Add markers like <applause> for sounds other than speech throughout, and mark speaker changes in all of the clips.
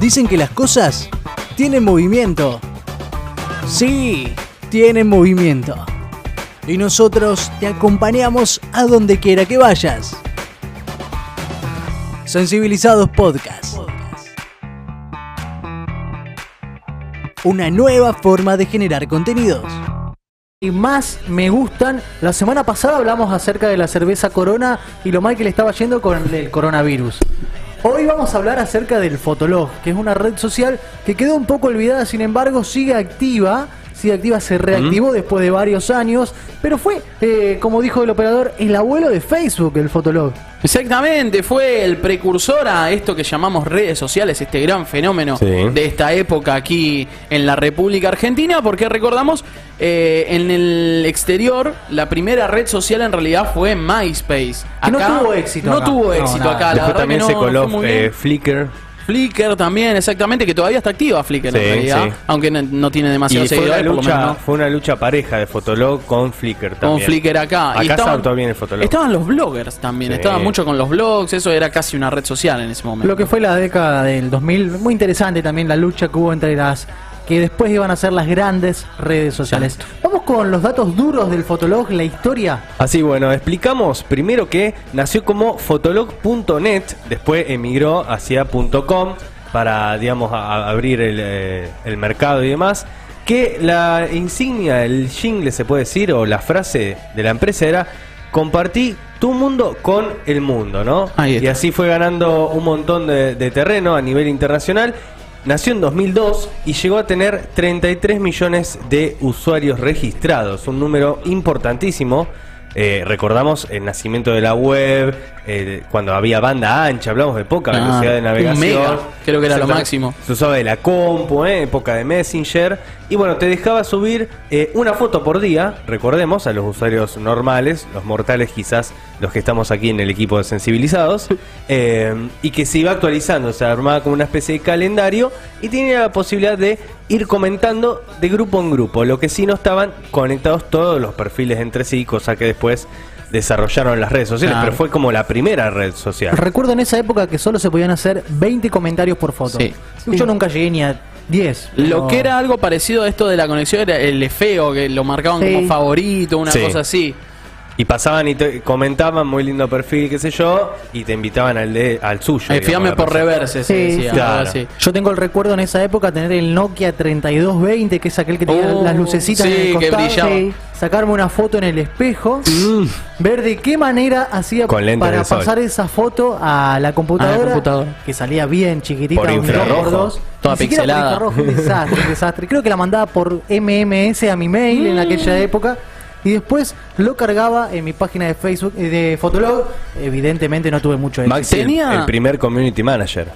Speaker 1: Dicen que las cosas tienen movimiento. Sí, tienen movimiento. Y nosotros te acompañamos a donde quiera que vayas. Sensibilizados Podcast. Una nueva forma de generar contenidos.
Speaker 2: y más me gustan. La semana pasada hablamos acerca de la cerveza Corona y lo mal que le estaba yendo con el coronavirus. Hoy vamos a hablar acerca del Fotolog, que es una red social que quedó un poco olvidada, sin embargo sigue activa. Sigue activa, se reactivó después de varios años, pero fue, eh, como dijo el operador, el abuelo de Facebook, el Fotolog.
Speaker 3: Exactamente, fue el precursor a esto que llamamos redes sociales, este gran fenómeno
Speaker 4: Sí.
Speaker 3: de esta época aquí en la República Argentina, porque recordamos, eh, en el exterior, la primera red social en realidad fue MySpace.
Speaker 2: Que no tuvo éxito
Speaker 3: No
Speaker 2: acá.
Speaker 3: tuvo
Speaker 2: No,
Speaker 3: éxito
Speaker 2: nada.
Speaker 3: acá, Ah, la
Speaker 4: Después
Speaker 3: verdad
Speaker 4: también
Speaker 3: que no,
Speaker 4: se
Speaker 3: no fue
Speaker 4: coló
Speaker 3: muy
Speaker 4: eh,
Speaker 3: bien.
Speaker 4: Flickr.
Speaker 3: Flickr también, exactamente, que todavía está activa Flickr
Speaker 4: Sí,
Speaker 3: en realidad,
Speaker 4: sí.
Speaker 3: aunque no, no tiene
Speaker 4: Y
Speaker 3: demasiados
Speaker 4: fue una,
Speaker 3: seguidores, por Ah, lo menos,
Speaker 4: lucha,
Speaker 3: ¿no?
Speaker 4: fue una lucha pareja de Fotolog con Flickr también.
Speaker 3: Con Flickr acá.
Speaker 4: Acá saltó bien el Fotolog.
Speaker 3: Estaban los bloggers también,
Speaker 4: Sí.
Speaker 3: estaban mucho con los blogs, eso era casi una red social en ese momento.
Speaker 2: Lo que fue la década del 2000, muy interesante también la lucha que hubo entre las que después iban a ser las grandes redes sociales. Vamos con los datos duros del Fotolog, la historia.
Speaker 4: Así bueno, explicamos primero que nació como fotolog.net, después emigró hacia .com para, digamos, a- a- abrir el, eh, el mercado y demás. Que la insignia, el jingle se puede decir, o la frase de la empresa era compartí tu mundo con el mundo, ¿no?
Speaker 3: Ahí
Speaker 4: Y
Speaker 3: está.
Speaker 4: así fue ganando un montón de, de terreno a nivel internacional. Nació en 2002 y llegó a tener 33 millones de usuarios registrados, un número importantísimo. Eh, recordamos el nacimiento de la web, eh, cuando había banda ancha, hablamos de poca
Speaker 3: Ah,
Speaker 4: velocidad de
Speaker 3: un
Speaker 4: navegación.
Speaker 3: mega, creo que era lo
Speaker 4: Exactamente.
Speaker 3: máximo.
Speaker 4: Se usaba de la compu, ¿eh? época de Messenger. Y bueno, te dejaba subir eh, una foto por día, recordemos, a los usuarios normales, los mortales quizás, los que estamos aquí en el equipo de sensibilizados. eh, y que se iba actualizando, se armaba como una especie de calendario y tenía la posibilidad de ir comentando de grupo en grupo. Lo que sí no estaban conectados todos los perfiles entre sí, cosa que después desarrollaron las redes sociales,
Speaker 3: Claro.
Speaker 4: pero fue como la primera red social.
Speaker 2: Recuerdo en esa época que solo se podían hacer 20 comentarios por foto.
Speaker 3: Sí.
Speaker 2: Yo nunca llegué ni a 10.
Speaker 3: Lo
Speaker 2: No.
Speaker 3: que era algo parecido a esto de la conexión era el feo, que lo marcaban
Speaker 2: Sí.
Speaker 3: como favorito, una
Speaker 4: Sí.
Speaker 3: cosa así.
Speaker 4: Y pasaban y te comentaban, muy lindo perfil, qué sé yo, y te invitaban al de, al suyo.
Speaker 3: Eh, fíame
Speaker 4: digamos,
Speaker 3: por
Speaker 4: la
Speaker 3: reverse, se
Speaker 2: Sí.
Speaker 3: decía.
Speaker 4: Claro.
Speaker 3: algo así.
Speaker 2: Yo tengo el recuerdo en esa época tener el Nokia 3220, que es aquel que tenía
Speaker 3: Oh,
Speaker 2: las lucecitas
Speaker 3: sí,
Speaker 2: en el
Speaker 3: que
Speaker 2: costado.
Speaker 3: brillaba.
Speaker 2: Sí. Sacarme una foto en el espejo, ver de qué manera hacía
Speaker 4: Con lentes
Speaker 2: para
Speaker 4: de sol.
Speaker 2: pasar esa foto a la computadora,
Speaker 3: computadora.
Speaker 2: que salía bien chiquitita,
Speaker 4: Por
Speaker 2: un dos
Speaker 4: infrarrojo.
Speaker 2: por dos.
Speaker 3: Toda
Speaker 2: Ni siquiera por
Speaker 3: pixelada.
Speaker 2: infrarrojo, un desastre, un desastre. Creo que la mandaba por MMS a mi mail en aquella época. Y después lo cargaba en mi página de Facebook, eh, de Fotolog. Evidentemente no tuve mucho éxito.
Speaker 4: Maxi, el-
Speaker 3: Tenía-
Speaker 4: el primer community manager.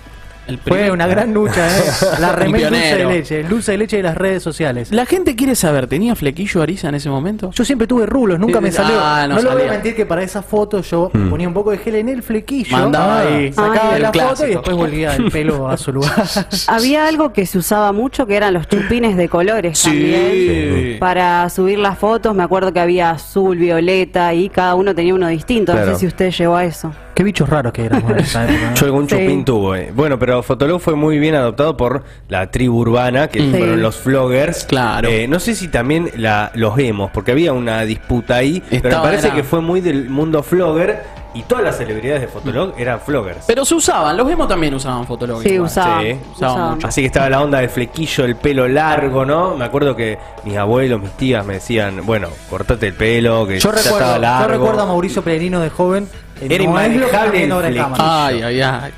Speaker 3: El primer-
Speaker 2: Fue una gran lucha, ¿eh? La
Speaker 3: Un
Speaker 2: remera dulce de
Speaker 3: pionero.
Speaker 2: leche, el dulce de leche de las redes sociales.
Speaker 3: La gente quiere saber, ¿tenía flequillo Ariza en ese momento?
Speaker 2: Yo siempre tuve rulos, nunca me
Speaker 3: Ah,
Speaker 2: salió.
Speaker 3: no
Speaker 2: no lo voy
Speaker 3: salía.
Speaker 2: a mentir que para esa foto yo me ponía un poco de gel en el flequillo.
Speaker 3: Mandaba ahí.
Speaker 2: Sacaba
Speaker 3: Ay, el
Speaker 2: la foto
Speaker 3: clásico.
Speaker 2: y después volvía el pelo a su lugar.
Speaker 5: Había algo que se usaba mucho que eran los chupines de colores
Speaker 3: Sí.
Speaker 5: también. Para subir las fotos, me acuerdo que había azul, violeta y cada uno tenía uno distinto. No
Speaker 4: Claro.
Speaker 5: sé si usted llegó a eso.
Speaker 2: Qué bichos raros que éramos en esa época. ¿no?
Speaker 4: Yo algún
Speaker 5: Sí.
Speaker 4: chupín tuvo. eh. Bueno, pero Fotolog fue muy bien adoptado por la tribu urbana, que fueron los floggers.
Speaker 3: Claro.
Speaker 4: Eh, no sé si también la, los emos, porque había una disputa ahí. pero
Speaker 3: Estaba,
Speaker 4: me parece
Speaker 3: era-
Speaker 4: que fue muy del mundo flogger y todas las celebridades de Fotolog eran floggers.
Speaker 3: Pero se usaban, los emo también usaban fotolog.
Speaker 5: Sí,
Speaker 3: igual.
Speaker 5: usaba.
Speaker 4: Sí,
Speaker 3: usaba
Speaker 5: usaba.
Speaker 3: mucho.
Speaker 4: Así que estaba la onda del flequillo, el pelo largo, ¿no? Me acuerdo que mis abuelos, mis tías me decían, bueno, cortate el pelo, que
Speaker 2: Yo
Speaker 4: ya estaba
Speaker 2: recuerdo, yo
Speaker 4: largo.
Speaker 2: recuerdo a Mauricio Pellerino de joven. eh, no
Speaker 4: Era
Speaker 2: es lo que está
Speaker 4: inmanejable
Speaker 2: viendo ahora en
Speaker 4: el
Speaker 2: cámara.
Speaker 3: Ay, ay, ay.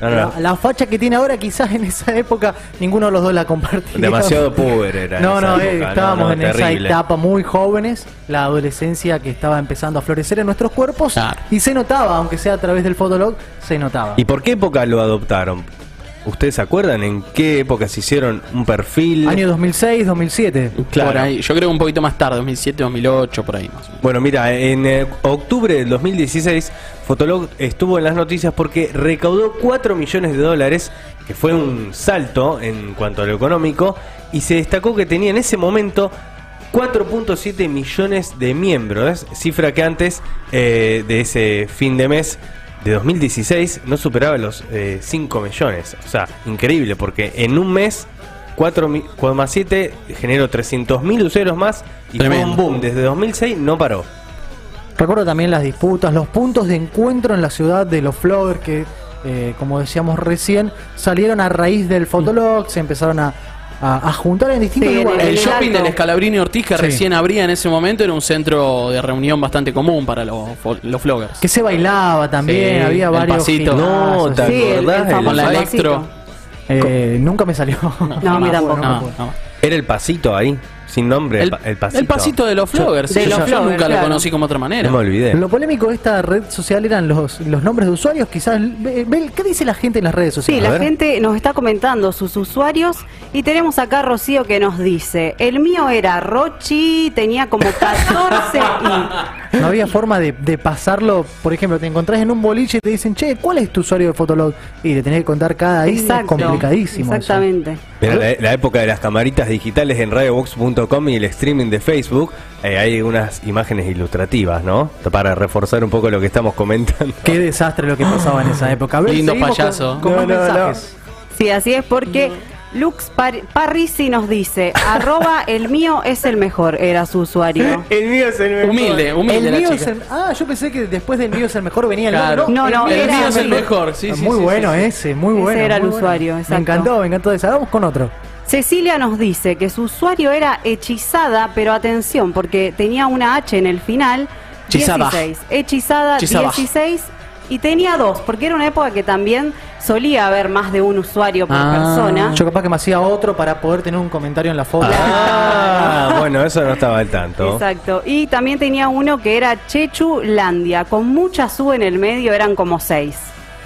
Speaker 4: No, no,
Speaker 2: La,
Speaker 4: no.
Speaker 2: la facha que tiene ahora, quizás en esa época ninguno de los dos la compartía. <laughs>
Speaker 4: Demasiado puber era
Speaker 2: No,
Speaker 4: esa
Speaker 2: no,
Speaker 4: época,
Speaker 2: eh,
Speaker 4: no,
Speaker 2: estábamos
Speaker 4: no,
Speaker 2: en
Speaker 4: terrible.
Speaker 2: esa etapa muy jóvenes, la adolescencia que estaba empezando a florecer en nuestros cuerpos
Speaker 3: Claro.
Speaker 2: y se notaba, aunque sea a través del fotolog, se notaba.
Speaker 4: ¿Y por qué época lo adoptaron? ¿Ustedes se acuerdan en qué época se hicieron un perfil?
Speaker 2: Año 2006, 2007.
Speaker 4: Claro.
Speaker 3: Por ahí, yo creo que un poquito más tarde, 2007, 2008, por ahí más o menos.
Speaker 4: Bueno, mira, en eh, octubre del 2016, Fotolog estuvo en las noticias porque recaudó 4 millones de dólares, que fue un salto en cuanto a lo económico, y se destacó que tenía en ese momento 4.7 millones de miembros, cifra que antes eh, de ese fin de mes de 2016 no superaba los eh, 5 millones. O sea, increíble, porque en un mes 4,7 generó 300.000 usuarios más y fue
Speaker 3: Tremendo.
Speaker 4: un boom. Desde 2006 no paró.
Speaker 2: Recuerdo también las disputas, los puntos de encuentro en la ciudad de los Flowers que, eh, como decíamos recién, salieron a raíz del Fotolog, se empezaron a, a- a juntar en distintos
Speaker 5: Sí, en
Speaker 2: lugares.
Speaker 3: El
Speaker 5: El
Speaker 3: shopping
Speaker 5: Alto.
Speaker 3: del Escalabrini Ortiz, que
Speaker 2: Sí.
Speaker 3: recién abría en ese momento, era un centro de reunión bastante común para los, fo- los floggers.
Speaker 2: Que se bailaba también,
Speaker 3: Sí,
Speaker 2: había
Speaker 3: el
Speaker 2: varios.
Speaker 3: pasito.
Speaker 2: gimnasios,
Speaker 4: No, ¿te
Speaker 5: Sí, el- el
Speaker 4: acordás?
Speaker 5: famoso
Speaker 3: Con la
Speaker 5: pasito.
Speaker 3: electro.
Speaker 2: eh, nunca me salió.
Speaker 5: No, a mí
Speaker 2: <laughs>
Speaker 3: jamás.
Speaker 5: tampoco.
Speaker 3: No, no.
Speaker 4: Era el pasito ahí, sin nombre, el, pa- el pasito.
Speaker 3: de los floggers.
Speaker 5: De
Speaker 3: sí,
Speaker 5: los
Speaker 3: yo
Speaker 5: floggers,
Speaker 3: nunca lo
Speaker 5: claro.
Speaker 3: conocí como otra manera.
Speaker 4: No me olvidé.
Speaker 2: Lo polémico de esta red social eran los, los nombres de usuarios, quizás. ve- ve- ¿Qué dice la gente en las redes
Speaker 5: Sí,
Speaker 2: sociales?
Speaker 4: A
Speaker 5: la
Speaker 4: ver.
Speaker 5: gente nos está comentando sus usuarios y tenemos acá a Rocío que nos dice, el mío era Rochi, tenía como 14 y...
Speaker 2: No había forma de, de pasarlo. Por ejemplo, te encontrás en un boliche y te dicen, che, ¿cuál es tu usuario de Fotolog? Y le tenés que contar cada ahí. Es complicadísimo. eso.
Speaker 5: Exactamente.
Speaker 4: Era la, la época de las camaritas digitales en radiobox.com y el streaming de Facebook. Eh, hay unas imágenes ilustrativas, ¿no? Para reforzar un poco lo que estamos comentando.
Speaker 2: Qué desastre lo que pasaba en esa época. A ver,
Speaker 3: Lindo
Speaker 2: seguimos
Speaker 3: payaso.
Speaker 2: Con, con
Speaker 4: No,
Speaker 2: más
Speaker 4: no, no.
Speaker 2: mensajes.
Speaker 5: Sí, así es porque Lux Par- Parrisi
Speaker 3: <laughs>
Speaker 5: nos dice, arroba el mío es el mejor, era
Speaker 3: <laughs>
Speaker 5: su usuario.
Speaker 3: Eh.
Speaker 4: El mío es el
Speaker 3: Humilde, humilde
Speaker 2: El
Speaker 3: la
Speaker 2: mío
Speaker 3: chica.
Speaker 2: es el. Ah, yo pensé que después del mío es el mejor venía el
Speaker 3: Claro.
Speaker 2: otro.
Speaker 5: No, no,
Speaker 3: el
Speaker 5: era-
Speaker 3: mío es el mejor. Sí, sí,
Speaker 2: Ah, muy
Speaker 3: sí,
Speaker 2: bueno
Speaker 3: sí, sí.
Speaker 2: ese, muy
Speaker 5: Ese
Speaker 2: bueno.
Speaker 5: era el
Speaker 2: muy bueno.
Speaker 5: usuario, exacto.
Speaker 2: Me encantó, me encantó ese. Vamos con otro.
Speaker 5: Cecilia nos dice que su usuario era hechizada, pero atención, porque tenía una H en el final.
Speaker 3: Hechizada.
Speaker 5: 16. Hechizada,
Speaker 3: Hechizada.
Speaker 5: 16. Y tenía dos, porque era una época que también solía haber más de un usuario por
Speaker 3: Ah,
Speaker 5: persona.
Speaker 2: Yo capaz que me hacía otro para poder tener un comentario en la foto.
Speaker 4: Ah, bueno, eso no estaba al tanto.
Speaker 5: Exacto. Y también tenía uno que era Chechu Landia, con mucha su en el medio, eran como seis.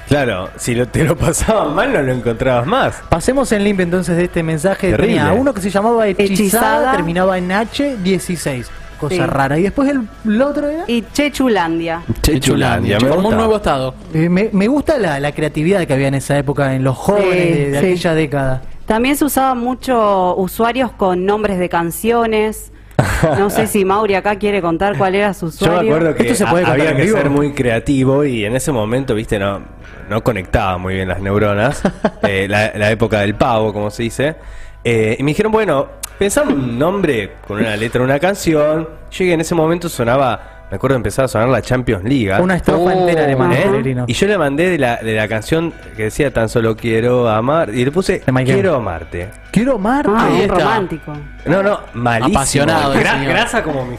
Speaker 4: Claro, si lo, te lo pasaban mal, no lo encontrabas más.
Speaker 2: Pasemos en limpio entonces de este mensaje.
Speaker 4: Terrible.
Speaker 2: Tenía uno que se llamaba hechizada,
Speaker 5: Hechizada.
Speaker 2: terminaba en H16. Cosa
Speaker 5: Sí.
Speaker 2: rara. Y después el, el otro era.
Speaker 5: Y Chechulandia.
Speaker 4: Che, Chulandia, me
Speaker 3: Formó
Speaker 4: gusta.
Speaker 3: un nuevo estado.
Speaker 2: Eh, me, me gusta la, la creatividad que había en esa época, en los jóvenes
Speaker 5: Sí,
Speaker 2: de, de
Speaker 5: sí.
Speaker 2: aquella década.
Speaker 5: También se usaban mucho usuarios con nombres de canciones. No sé si Mauri acá quiere contar cuál era
Speaker 2: <laughs>
Speaker 5: su
Speaker 4: Yo
Speaker 5: usuario.
Speaker 4: me acuerdo que
Speaker 2: Esto se puede
Speaker 4: a-
Speaker 2: contar
Speaker 4: había
Speaker 2: en
Speaker 4: que
Speaker 2: vivo.
Speaker 4: ser muy creativo y en ese momento, viste, no, no conectaba muy bien
Speaker 2: <laughs>
Speaker 4: las neuronas. Eh, la, la época del pavo, como se dice. Eh, y me dijeron, bueno, pensamos un nombre con una letra, una canción. Llegué en ese momento sonaba, me acuerdo empezaba a sonar la Champions League.
Speaker 2: Una estrofa
Speaker 3: Oh,
Speaker 2: entera de Manuel
Speaker 4: ¿Eh?
Speaker 2: Pellegrino.
Speaker 4: Y yo le mandé de la, de la canción que decía tan solo quiero amar. Y le puse
Speaker 2: De Michael.
Speaker 4: quiero amarte.
Speaker 2: Quiero amar.
Speaker 5: Ah,
Speaker 3: Ahí
Speaker 5: un
Speaker 3: está.
Speaker 5: romántico.
Speaker 4: No, no, malísimo.
Speaker 3: Apasionado el señor.
Speaker 4: grasa como mi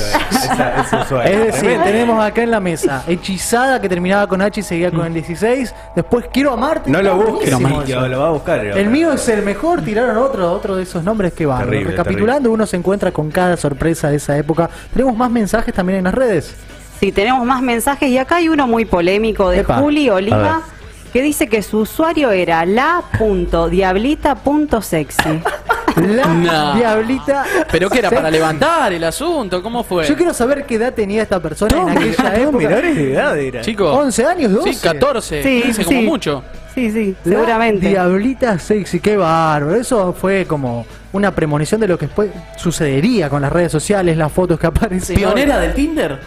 Speaker 2: <laughs>
Speaker 4: eh. Esa- ese usuario.
Speaker 2: Es decir,
Speaker 4: Tremendo.
Speaker 2: tenemos acá en la mesa hechizada que terminaba con H y seguía con el 16. Después quiero amarte.
Speaker 4: No lo
Speaker 2: Está
Speaker 4: busques,
Speaker 2: buenísimo
Speaker 4: sí,
Speaker 2: eso.
Speaker 4: que lo va a buscar.
Speaker 2: El mío es el mejor, tiraron otro, otro de esos nombres que van.
Speaker 4: Terrible,
Speaker 2: Recapitulando, uno se encuentra con cada sorpresa de esa época. Tenemos más mensajes también en las redes.
Speaker 5: Sí, tenemos más mensajes y acá hay uno muy polémico de
Speaker 2: Epa.
Speaker 5: Juli
Speaker 4: A
Speaker 5: Oliva que dice que su usuario era
Speaker 3: <laughs>
Speaker 5: la.diablita.sexy.
Speaker 2: La
Speaker 3: No.
Speaker 2: diablita.
Speaker 3: Pero que era para
Speaker 2: sexy.
Speaker 3: levantar el asunto, ¿cómo fue?
Speaker 2: Yo quiero saber qué edad tenía esta persona en aquella
Speaker 4: Todos
Speaker 2: época.
Speaker 4: menores de edad era.
Speaker 3: Chicos.
Speaker 2: 11 años, 12.
Speaker 3: Sí, 14, 15 Eh, como mucho.
Speaker 5: Sí, sí,
Speaker 2: La
Speaker 5: seguramente.
Speaker 2: Diablita sexy, qué bárbaro. Eso fue como una premonición de lo que después sucedería con las redes sociales, las fotos que aparecen.
Speaker 3: ¿Pionera del Tinder?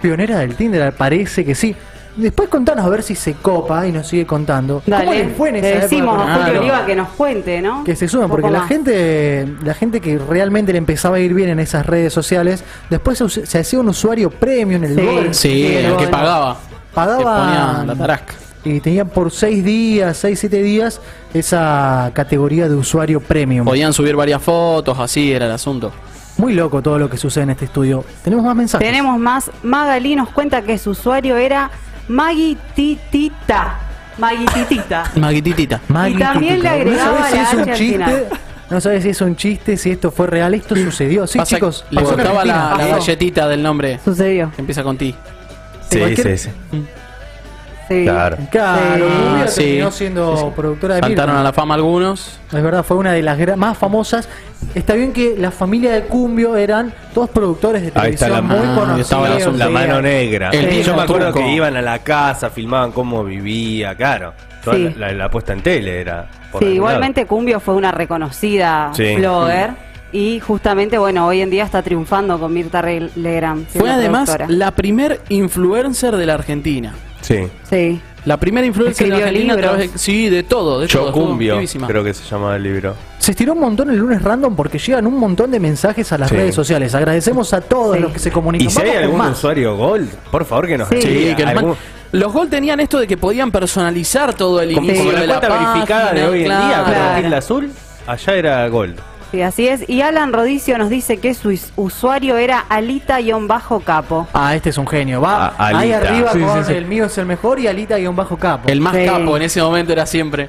Speaker 2: Pionera del Tinder, parece que sí. Después contanos a ver si se copa y nos sigue contando. ¿Cómo
Speaker 5: Dale,
Speaker 2: le fue en
Speaker 5: le
Speaker 2: esa época
Speaker 5: decimos
Speaker 2: con
Speaker 5: a Juli
Speaker 2: Tinder?
Speaker 3: Claro.
Speaker 5: Oliva que nos cuente, ¿no?
Speaker 2: Que se
Speaker 5: Un
Speaker 2: suban, porque
Speaker 5: poco
Speaker 2: la
Speaker 5: más.
Speaker 2: gente, la gente que realmente le empezaba a ir bien en esas redes sociales, después se, us- se hacía un usuario premium, el
Speaker 5: Sí.
Speaker 2: Gold.
Speaker 3: Sí,
Speaker 5: Sí,
Speaker 3: el
Speaker 5: bueno.
Speaker 3: que pagaba.
Speaker 2: Pagaba
Speaker 3: Te ponía la tarasca.
Speaker 2: y tenía por 6 días, 6, 7 días esa categoría de usuario premium.
Speaker 3: Podían subir varias fotos, así era el asunto.
Speaker 2: Muy loco todo lo que sucede en este estudio. Tenemos más mensajes.
Speaker 5: Tenemos más. Magali nos cuenta que su usuario era Maggie Titita. Maggie Titita.
Speaker 3: Maguititita.
Speaker 2: Magnitud,
Speaker 5: también le
Speaker 2: cabrón.
Speaker 5: agregaba
Speaker 2: no sabes si
Speaker 5: la
Speaker 2: es
Speaker 5: H
Speaker 2: un
Speaker 5: al
Speaker 2: chiste,
Speaker 5: final.
Speaker 2: no sabes si es un chiste, si esto fue real, esto sucedió. Sí,
Speaker 3: Pasa-
Speaker 2: chicos,
Speaker 3: le
Speaker 2: pasó en
Speaker 3: gustaba la,
Speaker 2: Argentina.
Speaker 3: la
Speaker 2: Pasó.
Speaker 3: galletita del nombre.
Speaker 5: Sucedió.
Speaker 3: Que empieza con ti.
Speaker 4: Sí,
Speaker 2: cualquier-
Speaker 4: sí, sí.
Speaker 5: Sí.
Speaker 4: Claro.
Speaker 2: Claro,
Speaker 5: Sí.
Speaker 2: Rubia
Speaker 3: Ah, sí.
Speaker 2: terminó siendo productora de
Speaker 3: Saltaron
Speaker 2: Milka.
Speaker 3: a la fama algunos.
Speaker 2: Es verdad, fue una de las gra- más famosas. Está bien que la familia de Cumbio eran todos productores de
Speaker 4: Ahí está
Speaker 2: televisión
Speaker 4: la-
Speaker 2: muy
Speaker 3: ah,
Speaker 2: conocidos.
Speaker 3: estaba la-
Speaker 4: La
Speaker 2: Sí,
Speaker 4: mano negra.
Speaker 3: El
Speaker 4: Sí,
Speaker 3: viejo
Speaker 4: yo me acuerdo
Speaker 3: truco.
Speaker 4: que iban a la casa, filmaban cómo vivía, claro. Toda
Speaker 5: Sí.
Speaker 4: la, la- la puesta en tele era. por
Speaker 5: Sí,
Speaker 4: algún lado.
Speaker 5: igualmente Cumbio fue una reconocida
Speaker 4: Sí. Mm.
Speaker 5: blogger y justamente, bueno, hoy en día está triunfando con Mirta Re- Legrand. siendo
Speaker 3: Fue además
Speaker 5: productora.
Speaker 3: la primer influencer de la Argentina.
Speaker 4: Sí.
Speaker 5: Sí.
Speaker 3: La primera influencia de
Speaker 5: Escribió
Speaker 3: Argentina a través de,
Speaker 5: libros.
Speaker 3: sí, de todo, de todo. estuvo
Speaker 4: Chocumbio,
Speaker 3: activísima.
Speaker 4: creo que se llamaba el libro.
Speaker 2: Se estiró un montón el lunes random porque llegan un montón de mensajes a las
Speaker 4: Sí.
Speaker 2: redes sociales. Agradecemos a todos
Speaker 5: Sí.
Speaker 2: los que se comunican.
Speaker 4: Y si hay
Speaker 2: Vamos con
Speaker 4: algún
Speaker 2: más.
Speaker 4: usuario Gold, por favor que nos
Speaker 5: Sí.
Speaker 3: Sí,
Speaker 4: escriba.
Speaker 3: que nos
Speaker 4: Algún-
Speaker 3: man- Los Gol tenían esto de que podían personalizar todo el
Speaker 4: Como,
Speaker 3: inicio
Speaker 4: como
Speaker 3: de
Speaker 4: la
Speaker 3: la
Speaker 4: cuenta
Speaker 3: página,
Speaker 4: verificada de hoy en día, con
Speaker 5: claro.
Speaker 4: la tilde azul, allá era Gold.
Speaker 5: Sí, así es. Y Alan Rodicio nos dice que su us- usuario era Alita-Capo.
Speaker 2: Ah, este es un genio. Va
Speaker 4: Ah, Alita.
Speaker 2: ahí arriba
Speaker 3: Sí,
Speaker 2: con
Speaker 3: sí, sí.
Speaker 2: el mío es el mejor y Alita guión bajo capo.
Speaker 3: El más
Speaker 5: Sí.
Speaker 3: capo en ese momento era siempre.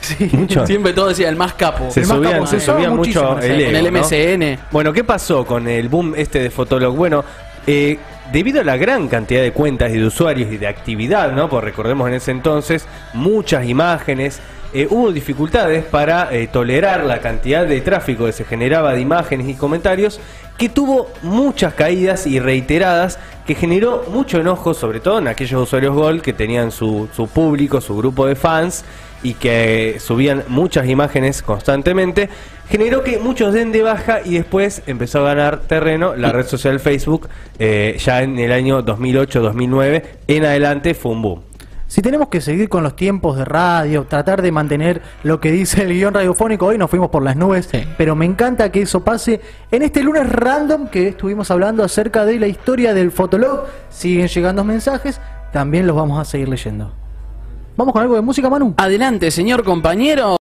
Speaker 3: Sí.
Speaker 4: Mucho.
Speaker 3: Siempre todo decía el más capo.
Speaker 4: Se
Speaker 2: El más
Speaker 4: subía,
Speaker 2: capo,
Speaker 4: se
Speaker 2: se usaba
Speaker 4: subía mucho
Speaker 2: muchísimo
Speaker 4: el
Speaker 3: en el
Speaker 4: ego, ¿no?
Speaker 3: MCN.
Speaker 4: Bueno, ¿qué pasó con el boom este de Fotolog? Bueno, eh, debido a la gran cantidad de cuentas y de usuarios y de actividad, ¿no? Pues recordemos en ese entonces, muchas imágenes. eh, hubo dificultades para eh, tolerar la cantidad de tráfico que se generaba de imágenes y comentarios, que tuvo muchas caídas y reiteradas, que generó mucho enojo, sobre todo en aquellos usuarios Gold que tenían su, su público, su grupo de fans, y que subían muchas imágenes constantemente, generó que muchos den de baja y después empezó a ganar terreno la red social Facebook eh, ya en el año 2008-2009 en adelante fue un boom.
Speaker 2: Si tenemos que seguir con los tiempos de radio, tratar de mantener lo que dice el guión radiofónico, hoy nos fuimos por las nubes,
Speaker 3: Sí.
Speaker 2: pero me encanta que eso pase en este lunes random que estuvimos hablando acerca de la historia del Fotolog. Siguen llegando mensajes, también los vamos a seguir leyendo. Vamos con algo de música, Manu.
Speaker 3: Adelante, señor compañero.